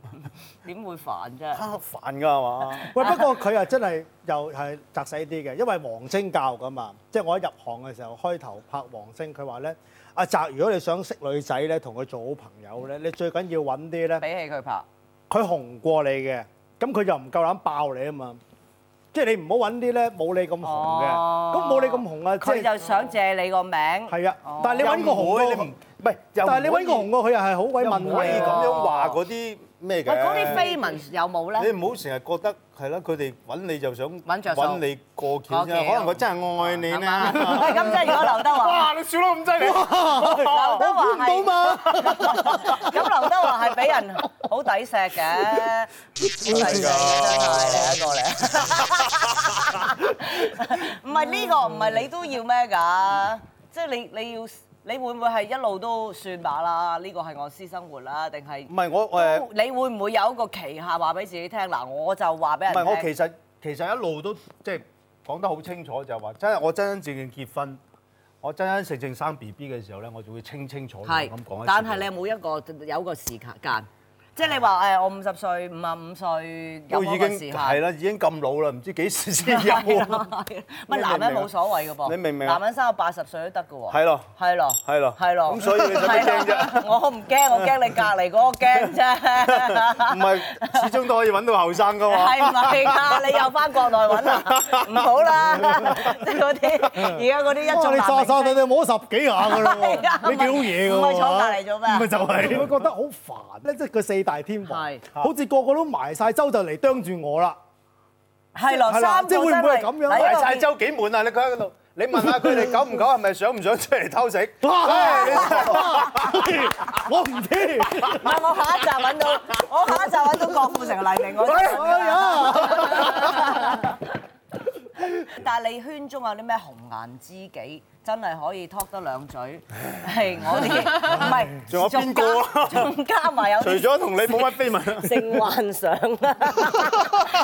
點會煩啫？
啊煩㗎係嘛？
喂，不過佢又真係又係擲死啲嘅，因為黃星教噶嘛，即係我一入行嘅時候，開頭拍黃星，佢話咧：阿澤，如果你想識女仔咧，同佢做好朋友咧，你最緊要揾啲咧，
俾起佢拍，
佢紅過你嘅，咁佢又唔夠膽爆你啊嘛。即係你唔好揾啲咧冇你咁紅嘅，
哦
咁冇你咁紅啊，即
佢就
係
想借你個名。
係啊
哦。
但係你揾個
又
紅
唔會
過
你唔係，但
但係你揾個紅啊過佢又係好鬼問
可以
㗎
咁樣話嗰啲咩嘅？
喂，嗰啲緋聞有冇
你
咧？
唔好成日覺得係啦，佢哋揾你就想
揾着數
揾你過
過
橋啫，可
橋
能佢真係愛你
係
啦
嘛？。喂，咁即係如果劉德華，
哇！你笑得咁 犀利，
劉德華係
嘛？
咁，劉德華係俾人好抵錫嘅，好抵錫嘅真係嚟一個嚟。唔係呢個，唔係你都要咩㗎？即係你你要，你會唔會係一路都算把啦？呢個係我私生活啦，定係
唔？係我誒，唔
你會唔會有一個期限話俾自己聽？嗱，我就話俾人
係
聽。
我其實其實一路都即係講得好清楚，就係話真係我真真正正結婚，我真真正正生 B B 嘅時候咧，我就會清清楚楚
係
咁講一次。
但係你有冇一個有個時間？即係你話誒，我五十歲、五啊五歲有
都
嗰
已
個
經
時限。
係啦，已經咁老啦，唔知幾時先有。
係啦係啦咪
你明唔
男人
明啊
冇所謂嘅噃，
你明唔明啊
男人生到八十歲都得嘅喎。
係咯
係咯，
係咯
係咯。
咁所以你使乜驚啫
係咯？我唔驚， 我驚你隔離嗰個驚啫。
唔係，始終都可以揾到後生噶嘛。
係唔係㗎？你又翻國內揾 啦？唔好啦，即係嗰啲而家嗰啲一
哇！
眾
你
男
炸炸
明星
地地摸咗十幾下㗎啦
係啊
喎，你幾好嘢㗎
唔
喎
係坐隔離做咩
咪就係你會覺得好煩咧，即係佢四大天王
係，
好似個個都埋晒周就嚟啄住我 啦。
係咯，
係啦
三個
即係會唔會係
真係
咁樣
嗱
大
一個
晒周幾滿啊！你佢喺度，你問下 佢哋久唔久係咪想唔想出嚟偷食？
我唔知，
唔係，我下一集揾到，我下一集揾到郭富城、黎明嗰啲。 但係你圈中有啲咩紅顏知己，真係可以 talk 得兩嘴，係我 啲唔係，
仲有邊個啊
仲加仲加埋有
除
啲
咗同你冇乜緋聞，
性幻想啦，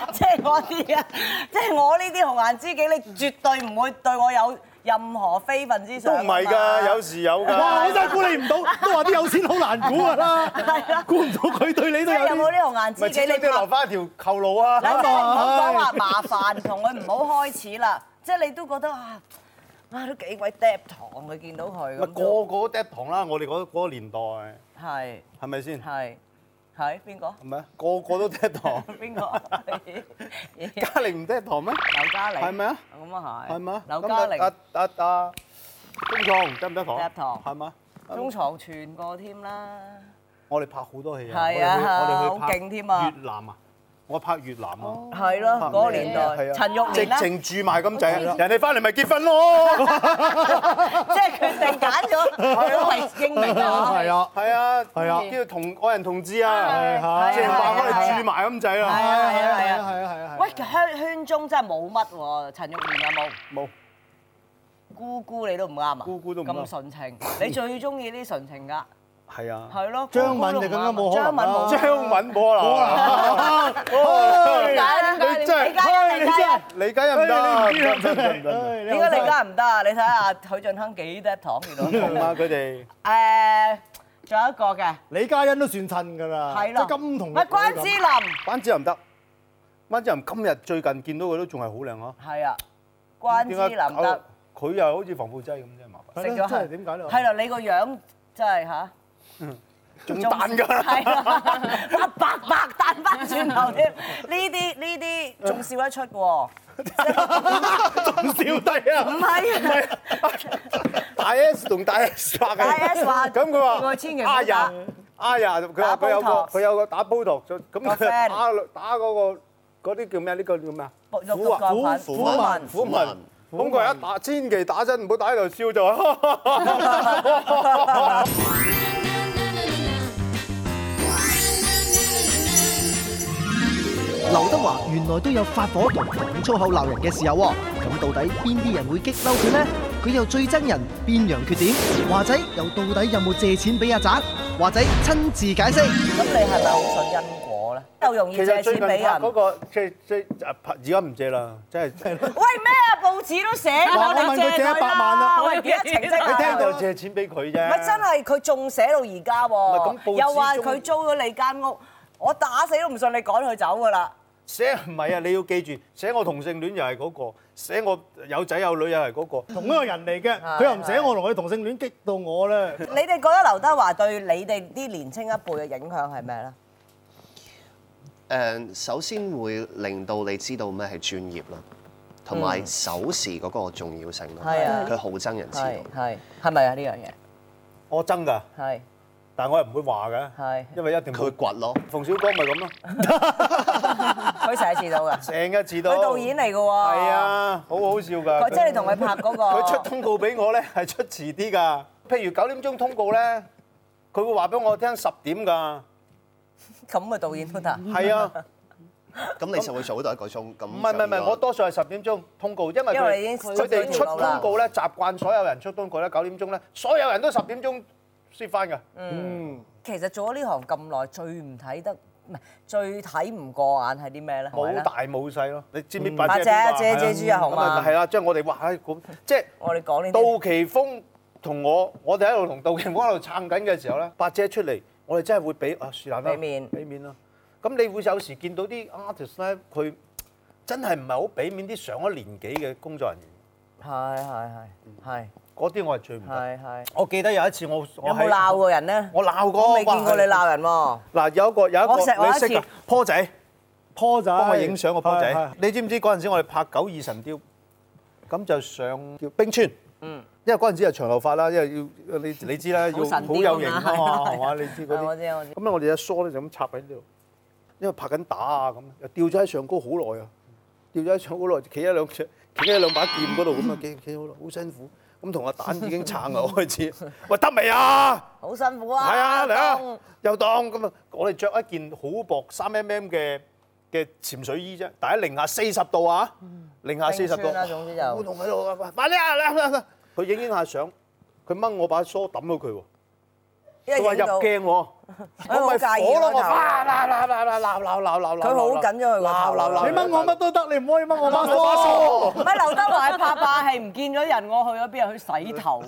即係我啲啊，即係我呢啲紅顏知己，你絕對唔會對我有任何非分之想
都
㗎嘛。
唔係㗎，有時有
哇！
㗎。
我真係估你唔到，都話啲有錢好難估㗎
係啊
啦，估唔到佢對你
即
都有
係有冇
啲。
呢紅顏
咪
知己？
始終
你
都要
拍
留翻條扣路啊！
嗱，即係
ờ,
唔好講話麻煩，同佢唔好開始啦。即係你都覺得啊，啊都幾鬼嗒糖嘅，見到佢
咪
咁
個
都
個都嗒糖啦！我哋嗰嗰個年代
係
係咪先？係
係係邊 個？
咪啊？個個都嗒糖，
邊個？
嘉玲唔嗒糖咩？
劉嘉玲
係咪啊？
咁啊係。
係咪啊？
劉嘉
咁啊
玲
啊啊啊！中創唔得唔得糖？
嗒糖
係咪啊？
中藏傳過添啦，
我哋拍好多戲啊！
係啊
我哋去我哋去
好
拍
勁添啊
越南啊，我拍越南啊。
係咯嗰個年
係
代，
啊
陳玉
直
蓮啦，
情住埋咁滯，人哋翻嚟咪結婚咯。
即係決定揀咗，都係英明啊！
係啊，
係啊，係
啊
叫同愛人同志啊，
係
直情話我
係啊
哋住埋咁滯
係
啦。
啊係啊係啊！
係啊，係啊，
喂，圈圈中真係冇乜喎，陳玉蓮有冇？
冇，
姑姑你都唔啱啊！
姑姑都唔啱
咁純情，你最中意啲純情㗎，
係啊。
係咯。
張
姑姑
敏
都唔
就更加
啱啊
冇可能啦
張敏冇。
張敏波 啦，
點解咧？點解
啊哎你
李
真係哎
嘉欣，李嘉欣，
你梗係唔
唉你唔知啊
得，哎
真係
點解李嘉欣唔得啊？你睇下許晉亨幾得糖原來。
同啊佢哋，
誒，仲有一個嘅，
李嘉欣都算襯㗎啦，
係咯。
即係金童玉
唔
女咁。
係關之琳，
關之琳得，關之琳今日最近見到佢都仲係好靚啊。
係啊，關之琳
搞
得
到佢又好似防腐劑咁啫，麻煩。
食
係
咗
咯真
係
係點解咧？
係啦，你個樣真係嚇。
仲彈㗎，
係啊，哇白白彈翻轉頭添，呢啲呢啲仲笑得出喎，
笑低啊！
唔係啊。
大 S 同大 S 拍嘅，
大 S 話
咁佢話
叫佢千祈唔好
哎
打
呀哎呀，佢
打
話佢有個
Botox
佢有個打 b o t o 咁佢
friend
打打嗰個嗰啲叫咩？呢個叫咩啊？
肉毒
虎
桿菌
虎
虎
紋
紋
虎紋。咁佢話一打，千祈打針唔好打喺度笑就 係。
劉德華原來都有發火同講粗口鬧人嘅時候喎，咁到底邊啲人會激嬲佢呢？佢又最憎人邊樣缺點？華仔又到底有冇借錢俾阿宅？華仔親自解釋。
咁你係咪好信因果咧？又容易
其
借
實最
錢
近
俾
拍
人。
嗰個即即啊拍，而家唔借啦， 真係
喂咩啊？報紙 都寫我
哇
你
我問佢借
佢
一百萬
啦！
啊
喂，而家澄清
你
下
聽到借錢俾佢啫。
唔係真係佢仲寫到而家
係咁報
喎，
紙
又話
中
佢租咗你間屋，我打死都唔信你趕佢走㗎啦。
寫唔係啊！你要記住，寫我同性戀又係嗰個，寫我有仔有女又係嗰個。
同一個人嚟嘅，佢又唔寫我同佢同性戀，激到我咧。
你哋覺得劉德華對你哋啲年青一輩嘅影響係咩咧？
誒，首先會令到你知道咩係專業啦，同
嗯
埋守時嗰個重要性啦。
係啊
佢好憎人知道。
係係咪啊？呢樣嘢
我憎㗎，
係
但係我又唔會話㗎，
係，
因為一定
佢會
佢
掘咯。
馮小剛咪咁咯，
佢成日遲 到㗎，
成日自導。
佢導演嚟㗎喎。
係，啊，好好笑㗎。
佢即係你同佢拍嗰個。
佢出通告俾我咧係出遲啲㗎，譬如九點鐘通告咧，佢會話俾我聽十點㗎，
咁嘅導演都得。
係啊，
咁你就會早到一個鐘。咁
唔係唔係唔係，我多數係十點鐘通告，因為
因為你已經
佢佢哋出
條路啦
通告咧習慣所有人出通告咧九點鐘咧，所有人都十點鐘先翻㗎，
其實做咗呢行咁耐，最唔睇得，唔係最睇唔過眼係啲咩咧？係咪
冇
呢
大冇細咯。你知唔知八
八
姐
姐
邊個啊
姐
係啊
姐朱日紅啊
咁係啦，即係我哋哇唉咁，即係
我哋講呢啲。
杜琪峰同我，我哋喺度同杜琪峰喺度撐緊嘅時候咧，八姐出嚟，我哋真係會俾啊是但啦，
俾面
俾面啦。咁你會有時見到啲 artist 咧，佢真係唔係好俾面啲上咗年紀嘅工作人員，
係係係係
嗰啲我係最唔得。
係係。
我記得有一次我我
有冇
喺
鬧過人咧？
我鬧過，
我未見過你
哇。
鬧人 喎。
嗱有一個有一個
我成我一
你識
次
㗎坡仔。
坡仔
幫我影相個波
係係
仔。你知唔知嗰陣時我哋拍《九二神雕》，咁就上叫冰川。嗯。因為嗰陣時係長頭髮啦，因為要你你知啦，要
神雕
好有型啊
啊
嘛，係嘛？你知嗰
係我
啲。
知我知。
咁啊咧，我哋嘅梳咧就咁插喺呢度，因為拍緊打啊咁，又吊咗喺上高好耐啊，吊咗喺上高好耐，企一兩隻，企一兩把劍嗰度咁啊，企企好耐，好辛苦。咁同阿蛋已經撐啊 開始，喂得未啊？
好辛苦啊！
係啊，嚟啊
嗯，
又當咁啊！我哋着一件好薄三 mm 嘅嘅潛水衣啫，但係零下四十度啊，零下四十度
冰，川啦總之就
好痛喺度啊！喂快啲啊嚟啊！嚟啊嚟啊佢影影下相，佢掹我把梳抌咗佢喎，
因為
佢話
影到
入鏡喎。
哎
我咪
好介意
火咯！
嗰
我
頭
哇鬧鬧鬧鬧鬧鬧鬧鬧鬧，
佢好緊咗佢個頭
鬧鬧鬧，
你掹我乜都得，你唔可以掹我把梳。
唔係劉德華係拍霸戲唔見咗人，我去咗邊啊？去洗 頭。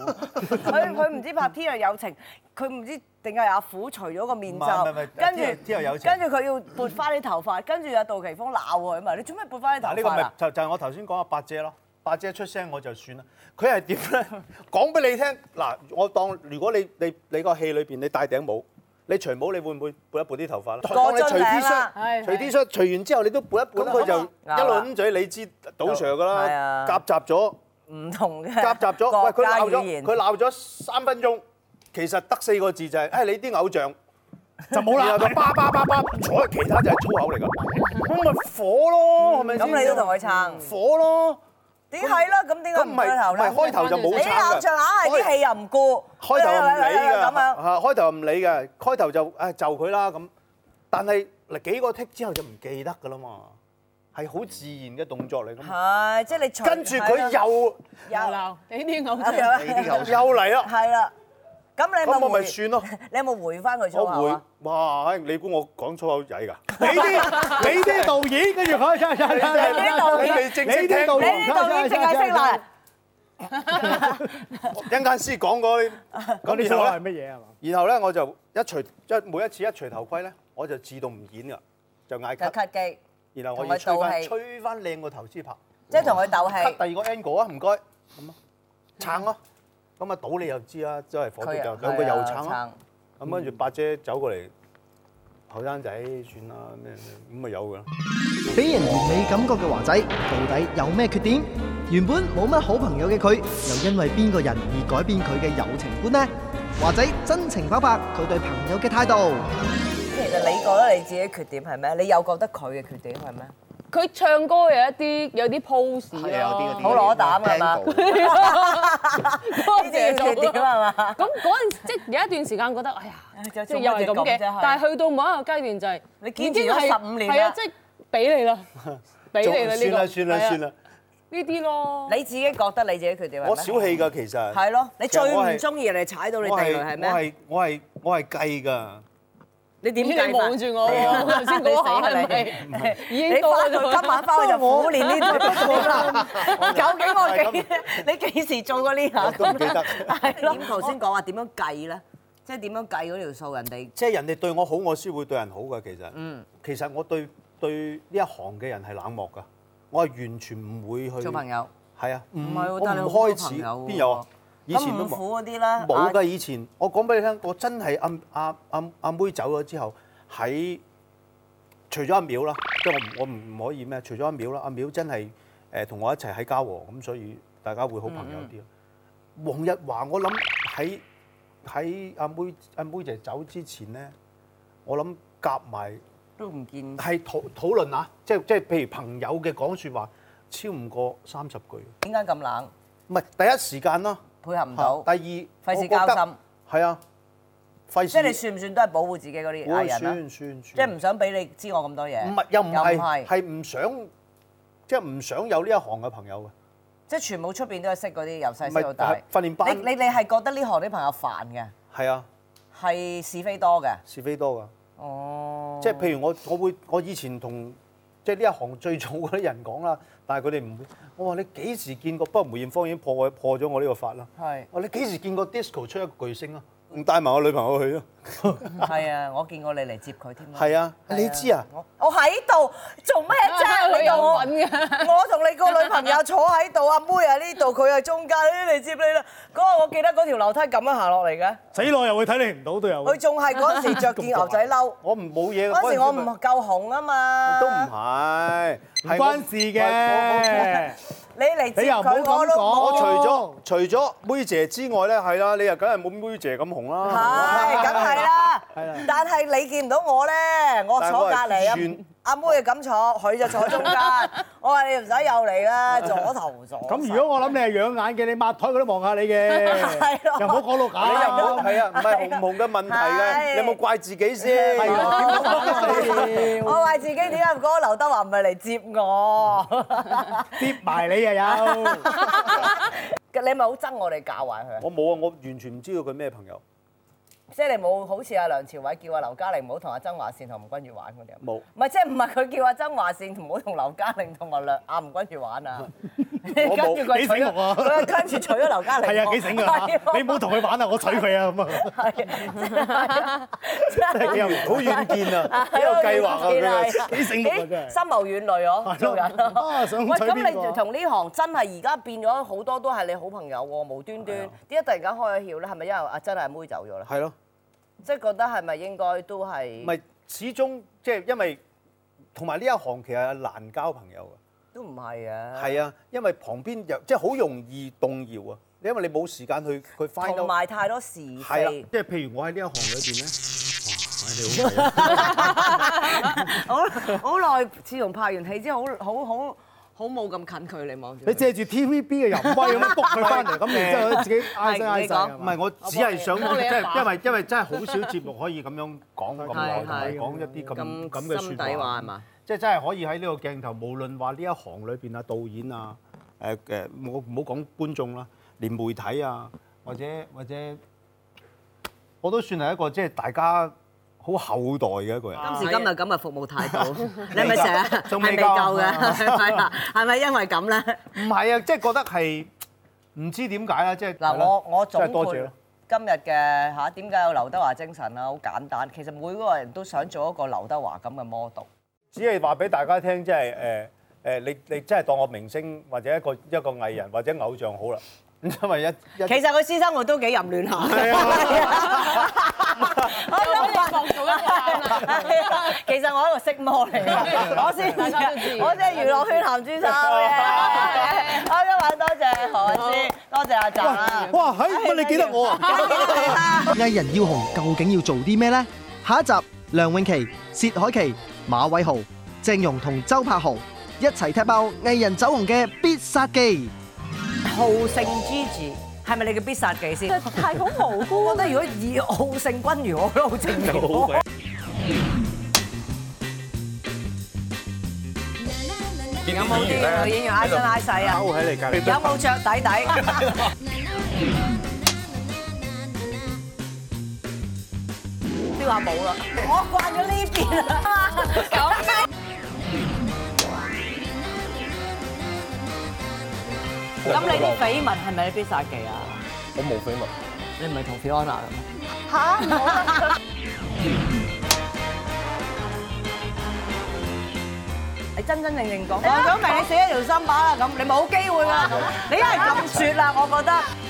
佢佢唔知拍《天若有情》，佢唔知定係阿虎除咗個面
唔係唔係唔
罩
係，
跟住
天若天若有情
跟住佢要撥翻啲頭髮，跟住阿杜琪峰鬧佢嘛，你做咩撥翻啲
嗱
頭
呢個
髮
咪
啊？
就就係我頭先講阿八姐咯，八姐出聲我就算啦。佢係點咧？ 講俾你聽嗱，我當如果你你你個戲裏邊你戴頂帽，你除帽你會唔會撥一撥啲頭髮咧？
過
當你
樽
除 T
領
shirt
啦，
係
除 T shirt 除完之後你都撥一撥，咁佢就一路咁嘴你知賭 Sir 噶
係啊
啦，夾 雜咗
唔同嘅
夾雜咗，喂
國
佢
家語
鬧咗
言。
佢鬧咗三分鐘，其實得四個字就係誒你啲偶像。就冇啦，叭叭叭叭，所有其他就係粗口嚟㗎，咁咪火咯，係咪先
咁你都同佢撐，
火咯，
點係啦？咁點解
咁
唔
唔係
開頭
唔
咧？
係開頭就冇
你
撐
偶像
㗎，
硬係啲戲又唔顧，
開頭唔理㗎，
咁樣。
嚇開頭唔理㗎，開頭就誒就佢啦咁，但係嗱幾個剔之後就唔記得㗎啦嘛，係好自然嘅動作嚟㗎嘛，
係，即係你除
跟住佢
係啦
又
又鬧你啲偶像。
係啊 啦
啲偶像
又嚟啦，
係啦，咁你有
咁我
冇
咪
回？
算咯。
你有冇回翻佢粗
我
口
會
啊？
哇！你估我講粗口 仔㗎？
你啲你啲導演，跟住佢真係真係真係
你啲導演
你正式聽
你
過
你
呢度已經淨係識鬧人，
一陣間先 講嗰啲，
嗰
咁
啲所
然後
謂係
咧。
乜嘢係嘛？
然後咧我就一除一每一次一除頭盔咧，我就自動唔演㗎，就嗌
就
cut，
cut 機，
然後我
同
要
佢
吹
鬥
翻
氣
吹翻靚個頭先拍
即係同佢鬥
，cut
氣。
第二個 angle 啊，唔該，咁啊撐咯，咁啊賭你又知啦，真係火
佢
到就
又
兩個又撐
撐
咯，，咁跟住八姐走過嚟，後生仔算啦咩咩，咁咪有㗎啦。
俾人完美感覺嘅華仔，到底有咩缺點？原本冇乜好朋友嘅佢，又因為邊個人而改變佢嘅友情觀呢？華仔真情剖白佢對朋友嘅態度。
其實你覺得你自己缺點係咩？你有覺得佢嘅缺點係咩？
佢唱歌有一啲有啲 pose
係啊，有啲嗰啲
好攞膽係嘛
angle
呢啲叫缺點 係嘛？
咁嗰陣即係有一段時間覺得，哎呀，即
就
係又係咁嘅。但係去到某一個階段就係
你
已
堅持
經
咗
係
15年啦
係啊，即係 俾你啦，俾你啦呢
算
個
啦。算啦
係啊
算啦，
呢啲咯。
你自己覺得你自己缺點係咩？
我小氣㗎其實。
係咯，你
其實
最
我係
唔中意人哋踩到你地
我
雷
係
係
我
咩？
係我係我係計㗎。
你點
你
計法
望住我
啊
喎， 頭先嗰下係 咪已
你
經多
翻去
咗？
今晚 翻去就苦練呢度啦。究竟我幾？ 你幾時做過呢下？
我都唔記得
係咯。點頭先講話點樣計咧？即係點樣計嗰條數？人哋
即係人哋對我好，我先會對人好㗎。其實，其實我對對呢一行嘅人係冷漠㗎，我係完全唔會去
做朋，友。
係啊，唔
唔係喎
我
但係你
唔
好多
開
朋
始
友喎
邊有啊？以前
咁
都
五
冇
虎嗰啲啦，
冇
啊
㗎。以前我講俾你聽，我真係阿阿阿阿妹走咗之後，喺除咗阿淼啦，即係我唔我唔可以咩？除咗阿淼啦，阿淼真係誒同我一齊喺
嗯
嘉禾，咁所以大家會好朋友啲咯。黃日華我諗喺喺阿妹阿妹姐走之前咧，我諗夾埋
都唔見。
係討討論啊，即係即係譬如朋友嘅講説話超唔過三十句，
點解咁冷？
唔係第一時間啦，
配合唔
嚇
到
第。二
費事
我覺
交
得
心，
係啊，費事
即係你算唔算都係保護自己嗰啲
會
藝人啊？
算算
即係
算
唔，想俾你知我咁多嘢。
唔係又唔係
係，
係唔想即係唔想有呢一行嘅朋友嘅。
即係全部出邊都係識嗰啲，由細識到
唔
大
係。訓練班
你你你係覺得呢行啲朋友煩嘅，
係啊，
係是非多嘅。
是非多噶。
哦。
即係譬如我，我會我以前同即係呢一行最早嗰啲人講啦，但係佢哋唔會。我話你幾時見過？不過梅艷芳已經破我破咗我呢個法啦。
係
我話你幾時見過 disco 出一個巨星啊？唔帶埋我女朋友去啊 咯。
係啊，我見過你嚟接佢添啊。
係啊，
係
你知啊？
我我喺度做咩啫？
佢
你同我
有份㗎
我同你個女朋友坐喺度，阿妹啊呢度，佢喺中間嚟接你啦。嗰日我記得嗰條樓梯咁樣行落嚟嘅，
死咯，又會睇你唔到都有。
佢仲係嗰陣時着件牛仔褸，
我唔冇嘢嘅。
嗰陣時我唔
陣時
夠紅啊嘛。
都唔係，
唔
係我
關事嘅。
你嚟接
你又唔好
佢，我
咁
都
講
我
冇
除咗除咗妹姐之外咧，係啦，你又梗係冇妹姐咁紅啦。
係，梗係啦。但係你見唔到我咧，我坐隔離
但係我係轉
啊。阿妹就咁坐，佢就坐中間。我話你唔使右嚟啦，左頭左。
咁如果我諗你係養眼嘅，你抹台佢都望下你
係
嘅
咯，
又唔好講到
你又唔
咁
好。係啊，唔係紅唔紅嘅問題
係
嘅，你有冇怪自己先？
係啊
我話自己點解嗰個劉德華唔係嚟接 我？
跌埋你又有，
你咪好憎我哋教壞佢，
我冇啊，我完全唔知道佢咩朋友，
即係你冇好似阿梁朝偉叫阿劉嘉玲唔好同阿曾華善同吳君如玩嗰啲啊。
冇。
唔係，即係唔係佢叫阿曾華善唔好同劉嘉玲同阿梁阿吳君如玩啊？跟住佢
幾
娶
醒
咗
目啊
佢跟住娶咗劉嘉玲。
係啊幾醒㗎，你唔好同佢玩啊，我娶佢啊咁啊，
係
你又
好遠見 啊，
係
幾有計劃啊！佢哋
係
幾醒目啊真係
深謀遠慮哦，做人
啊想娶
喂，咁
邊個
你同呢行真係而家變咗好多都係你好朋友喎，無端端點解突然間開咗竅咧？係咪因為阿真係阿妹走咗咧？
係咯，
即係覺得係咪應該都係
咪始終即係因為同埋呢一行其實係難交朋友
都唔係啊
嘅，？係啊，因為旁邊又即係好容易動搖啊，因為你冇時間去啊去 find
同
out
埋太多是
係啦
非，。
即係譬如我喺呢一行裏邊 咧，啊
好好耐，自從拍完戲之後，好好好好冇咁近距離望住佢。
你借住 TVB 嘅淫威咁樣篤佢翻嚟，咁然之後自 己嗌聲嗌
係
曬
你講
係
唔
嘛
係我只係想
我
即
幫你一把
係因為因為真係好少節目可以咁樣講咁耐，
係
同埋
係
講一啲咁咁嘅
咁心底
説話
話係。嘛？
即係真係可以喺呢個鏡頭，無論話呢一行裏邊啊、導演啊、誒誒，我唔好講觀眾啦，連媒體啊，或者或者，我都算係一個即係大家好後代嘅一個人。
今時今日咁嘅服務態度，你係咪
未
成日
夠
係
仲
未
未
夠
夠
嘅？係咪啊？係咪因為咁咧？
唔係啊，即係覺得係唔知點解啊啦，即係
嗱，
係啦
我我總
真係多謝
括
啦
今日嘅嚇點解有劉德華精神啊？好簡單，其實每個人都想做一個劉德華咁嘅 model。
只係話俾大家聽，即係誒誒，你你真係當我明星或者一個一個藝人或者偶像好啦，因為一啊一
其實佢私生活都幾淫亂下。我都話係啊其實我係一個色魔嚟嘅，我先
大家都知
我先係娛樂圈鹹豬手嘅。好，今晚多謝何韻詩，多謝阿澤啦。
哇，係乜你記得我啊？
藝人要紅究竟要做啲咩呢？下一集梁詠琪、薛凱琪、馬偉豪、鄭融同周柏豪一齊踢爆藝人走紅嘅必殺技。
好勝 Gigi 係咪你嘅必殺技先？
係好無辜。
我覺得如果以好勝君如，我覺得好正常。
好鬼。
有冇啲女演員挨身挨細啊？
喺你隔離
有冇着底底？你話冇啦，我慣咗呢邊啦。咁咁你啲緋聞係咪你必殺技啊？
我冇緋聞。
你唔係同 Fiona 嘅咩？你真真 à. 正正講，我想明你死一條心把啦，咁你冇機會㗎啦。你一係咁説啦，我覺得。